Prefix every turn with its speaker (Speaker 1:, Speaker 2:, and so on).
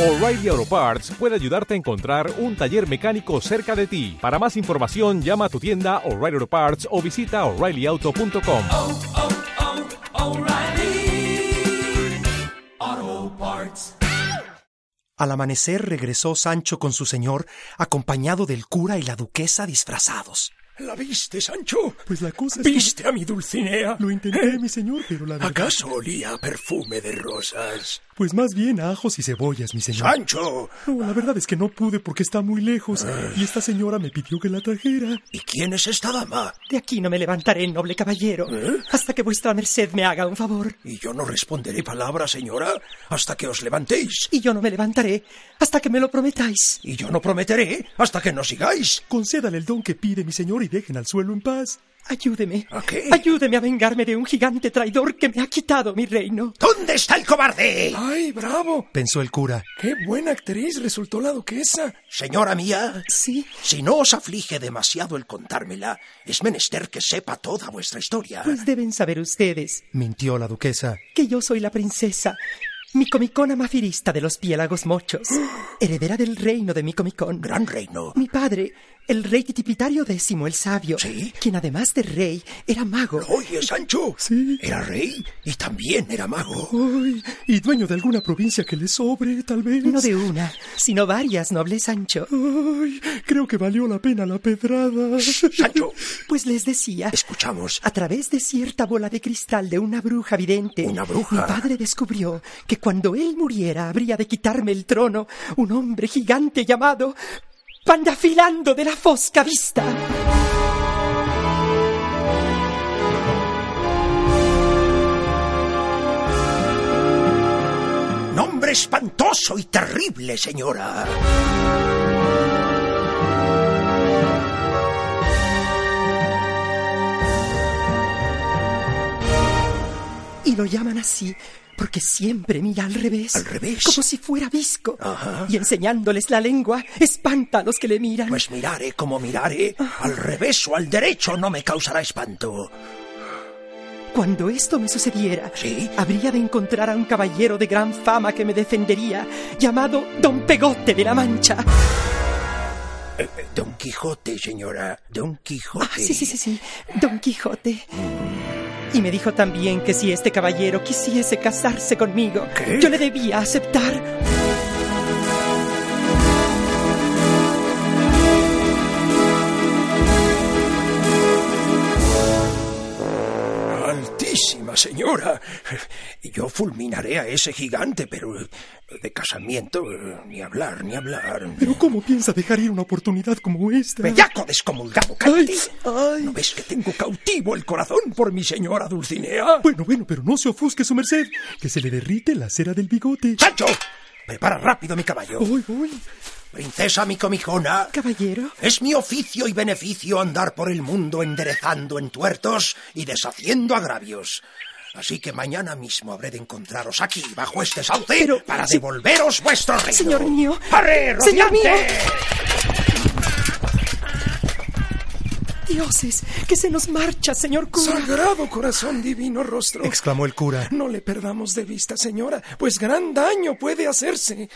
Speaker 1: O'Reilly Auto Parts puede ayudarte a encontrar un taller mecánico cerca de ti. Para más información, llama a tu tienda O'Reilly Auto Parts o visita oreillyauto.com.
Speaker 2: oh, oh, O'Reilly. Auto Parts.
Speaker 3: Al amanecer regresó Sancho con su señor, acompañado del cura y la duquesa disfrazados.
Speaker 4: ¿La viste, Sancho?
Speaker 5: Pues la cosa es que
Speaker 4: ¿Viste a mi Dulcinea? ¿Eh?
Speaker 5: lo intenté,
Speaker 3: Eh,
Speaker 5: mi señor, pero la verdad...
Speaker 4: ¿Acaso olía a perfume de rosas?
Speaker 5: Pues más bien a ajos y cebollas, mi señor.
Speaker 4: ¡Sancho!
Speaker 5: No, la verdad es que no pude porque está muy lejos y esta señora me pidió que la trajera.
Speaker 4: ¿Y quién es esta dama?
Speaker 6: De aquí no me levantaré, noble caballero,
Speaker 4: ¿Eh?
Speaker 6: hasta que vuestra merced me haga un favor.
Speaker 4: Y yo no responderé palabra, señora, hasta que os levantéis.
Speaker 6: Y yo no me levantaré hasta que me lo prometáis.
Speaker 4: Y yo no prometeré hasta que no sigáis.
Speaker 5: Concédale el don que pide, mi señor, y dejen al suelo en paz.
Speaker 6: Ayúdeme.
Speaker 4: ¿A qué?
Speaker 6: Ayúdeme a vengarme de un gigante traidor que me ha quitado mi reino.
Speaker 4: ¿Dónde está el cobarde?
Speaker 7: ¡Ay, bravo!
Speaker 3: Pensó el cura.
Speaker 7: ¡Qué buena actriz resultó la duquesa!
Speaker 4: Señora mía,
Speaker 6: Sí,
Speaker 4: si no os aflige demasiado el contármela, es menester que sepa toda vuestra historia.
Speaker 6: pues deben saber ustedes
Speaker 3: Mintió la duquesa.
Speaker 6: que yo soy la princesa. Micomicona mafirista de los piélagos mochos, heredera del reino de Micomicón.
Speaker 4: Gran reino.
Speaker 6: Mi padre, el rey titipitario décimo, el sabio,
Speaker 4: ¿Sí?
Speaker 6: quien además de rey era mago.
Speaker 4: Oye, Sancho,
Speaker 5: Sí.
Speaker 4: era rey y también era mago.
Speaker 5: Ay, y dueño de alguna provincia que le sobre, tal vez.
Speaker 6: No de una, sino varias, noble Sancho.
Speaker 5: Ay, creo que valió la pena la pedrada.
Speaker 4: Sancho,
Speaker 6: Pues les decía,
Speaker 4: escuchamos.
Speaker 6: a través de cierta bola de cristal de una bruja vidente,
Speaker 4: ¿Una bruja?
Speaker 6: mi padre descubrió que cuando él muriera habría de quitarme el trono un hombre gigante llamado Pandafilando de la Fosca Vista.
Speaker 4: Nombre espantoso y terrible, señora.
Speaker 6: Y lo llaman así porque siempre mira al revés.
Speaker 4: ¿Al revés?
Speaker 6: Como si fuera visco.
Speaker 4: Ajá.
Speaker 6: Y enseñándoles la lengua, espanta a los que le miran.
Speaker 4: Pues mirare como mirare, al revés o al derecho no me causará espanto.
Speaker 6: Cuando esto me sucediera,
Speaker 4: ¿Sí?
Speaker 6: habría de encontrar a un caballero de gran fama que me defendería, llamado Don Pegote de la Mancha.
Speaker 4: Ah, Don Quijote, señora, Don Quijote.
Speaker 6: Ah, sí, sí, sí, sí, Don Quijote. Y me dijo también que si este caballero quisiese casarse conmigo,
Speaker 4: ¿Qué?
Speaker 6: yo le debía aceptar.
Speaker 4: Altísima señora. Yo fulminaré a ese gigante, pero eh, de casamiento eh, ni hablar, ni hablar.
Speaker 5: Pero ¿cómo piensa dejar ir una oportunidad como esta?
Speaker 4: Bellaco descomulgado, cállate.
Speaker 5: ay.
Speaker 4: ¿No ves que tengo cautivo el corazón por mi señora Dulcinea?
Speaker 5: Bueno, bueno, pero no se ofusque su merced, que se le derrite la cera del bigote.
Speaker 4: ¡Sancho! Prepara rápido mi caballo.
Speaker 6: Uh.
Speaker 5: Voy, voy.
Speaker 4: Princesa mi comijona.
Speaker 6: Caballero,
Speaker 4: Es mi oficio y beneficio andar por el mundo enderezando entuertos y deshaciendo agravios. Así que mañana mismo habré de encontraros aquí, bajo este sauce,
Speaker 6: Pero,
Speaker 4: para
Speaker 6: se-
Speaker 4: devolveros vuestro reino.
Speaker 6: Señor mío.
Speaker 4: ¡Arre,
Speaker 6: Señor
Speaker 4: rodeante!
Speaker 6: dioses, que se nos marcha, señor cura.
Speaker 7: Sagrado corazón, divino rostro.
Speaker 3: exclamó el cura.
Speaker 7: No le perdamos de vista, señora, pues gran daño puede hacerse.